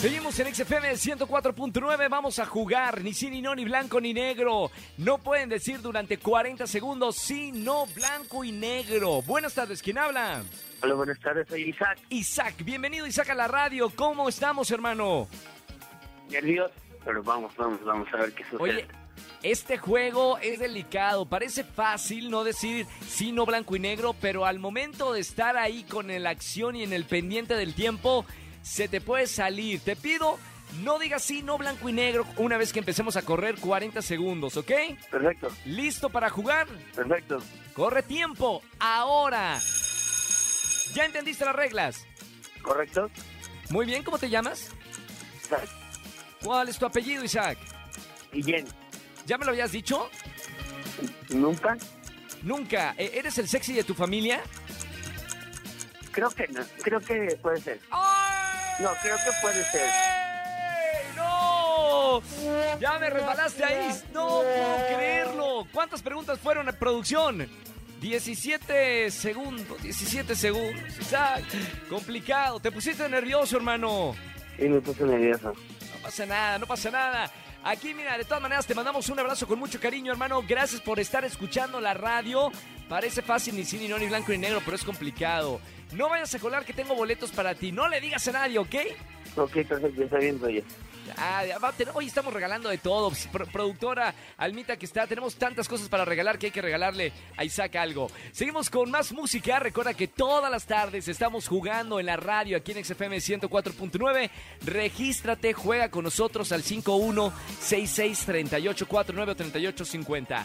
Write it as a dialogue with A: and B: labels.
A: Seguimos en XFM 104.9, vamos a jugar, ni sí, ni no, ni blanco, ni negro. No pueden decir durante 40 segundos sí, no, blanco y negro. Buenas tardes, ¿quién habla?
B: Hola, buenas tardes, soy Isaac.
A: Isaac, bienvenido Isaac a la radio, ¿cómo estamos hermano?
B: Nervioso, pero vamos, vamos, vamos a ver qué sucede.
A: Oye, este juego es delicado, parece fácil no decir sí, no, blanco y negro, pero al momento de estar ahí con la acción y en el pendiente del tiempo se te puede salir. Te pido, no digas sí, no blanco y negro una vez que empecemos a correr 40 segundos, ¿ok?
B: Perfecto,
A: ¿Listo para jugar?
B: perfecto.
A: Corre tiempo, ahora. ¿Ya entendiste las reglas?
B: ¿Correcto?
A: Muy bien, ¿cómo te llamas?
B: Isaac.
A: ¿Cuál es tu apellido, Isaac?
B: Guillén.
A: ¿Ya me lo habías dicho?
B: ¿Nunca?
A: Nunca. ¿E- ¿Eres el sexy de tu familia?
B: Creo que no, creo que puede ser. No, creo que puede ser.
A: ¡Ey! ¡No! Ya me resbalaste ahí. No puedo creerlo. ¿Cuántas preguntas fueron a producción? 17 segundos, 17 segundos. Isaac, complicado. Te pusiste nervioso, hermano.
B: Y me puse nervioso.
A: No pasa nada, no pasa nada. Aquí, mira, de todas maneras te mandamos un abrazo con mucho cariño, hermano. Gracias por estar escuchando la radio. Parece fácil ni sí, ni no, ni blanco ni negro, pero es complicado. No vayas a colar que tengo boletos para ti. No le digas a nadie, ¿ok?
B: Ok, perfecto, está bien, Roger.
A: Ah, va a tener- hoy estamos regalando de todo. Pues, Pro- productora Almita que está, tenemos tantas cosas para regalar que hay que regalarle a Isaac algo. Seguimos con más música. Recuerda que todas las tardes estamos jugando en la radio aquí en XFM 104.9. Regístrate, juega con nosotros al 516638493850.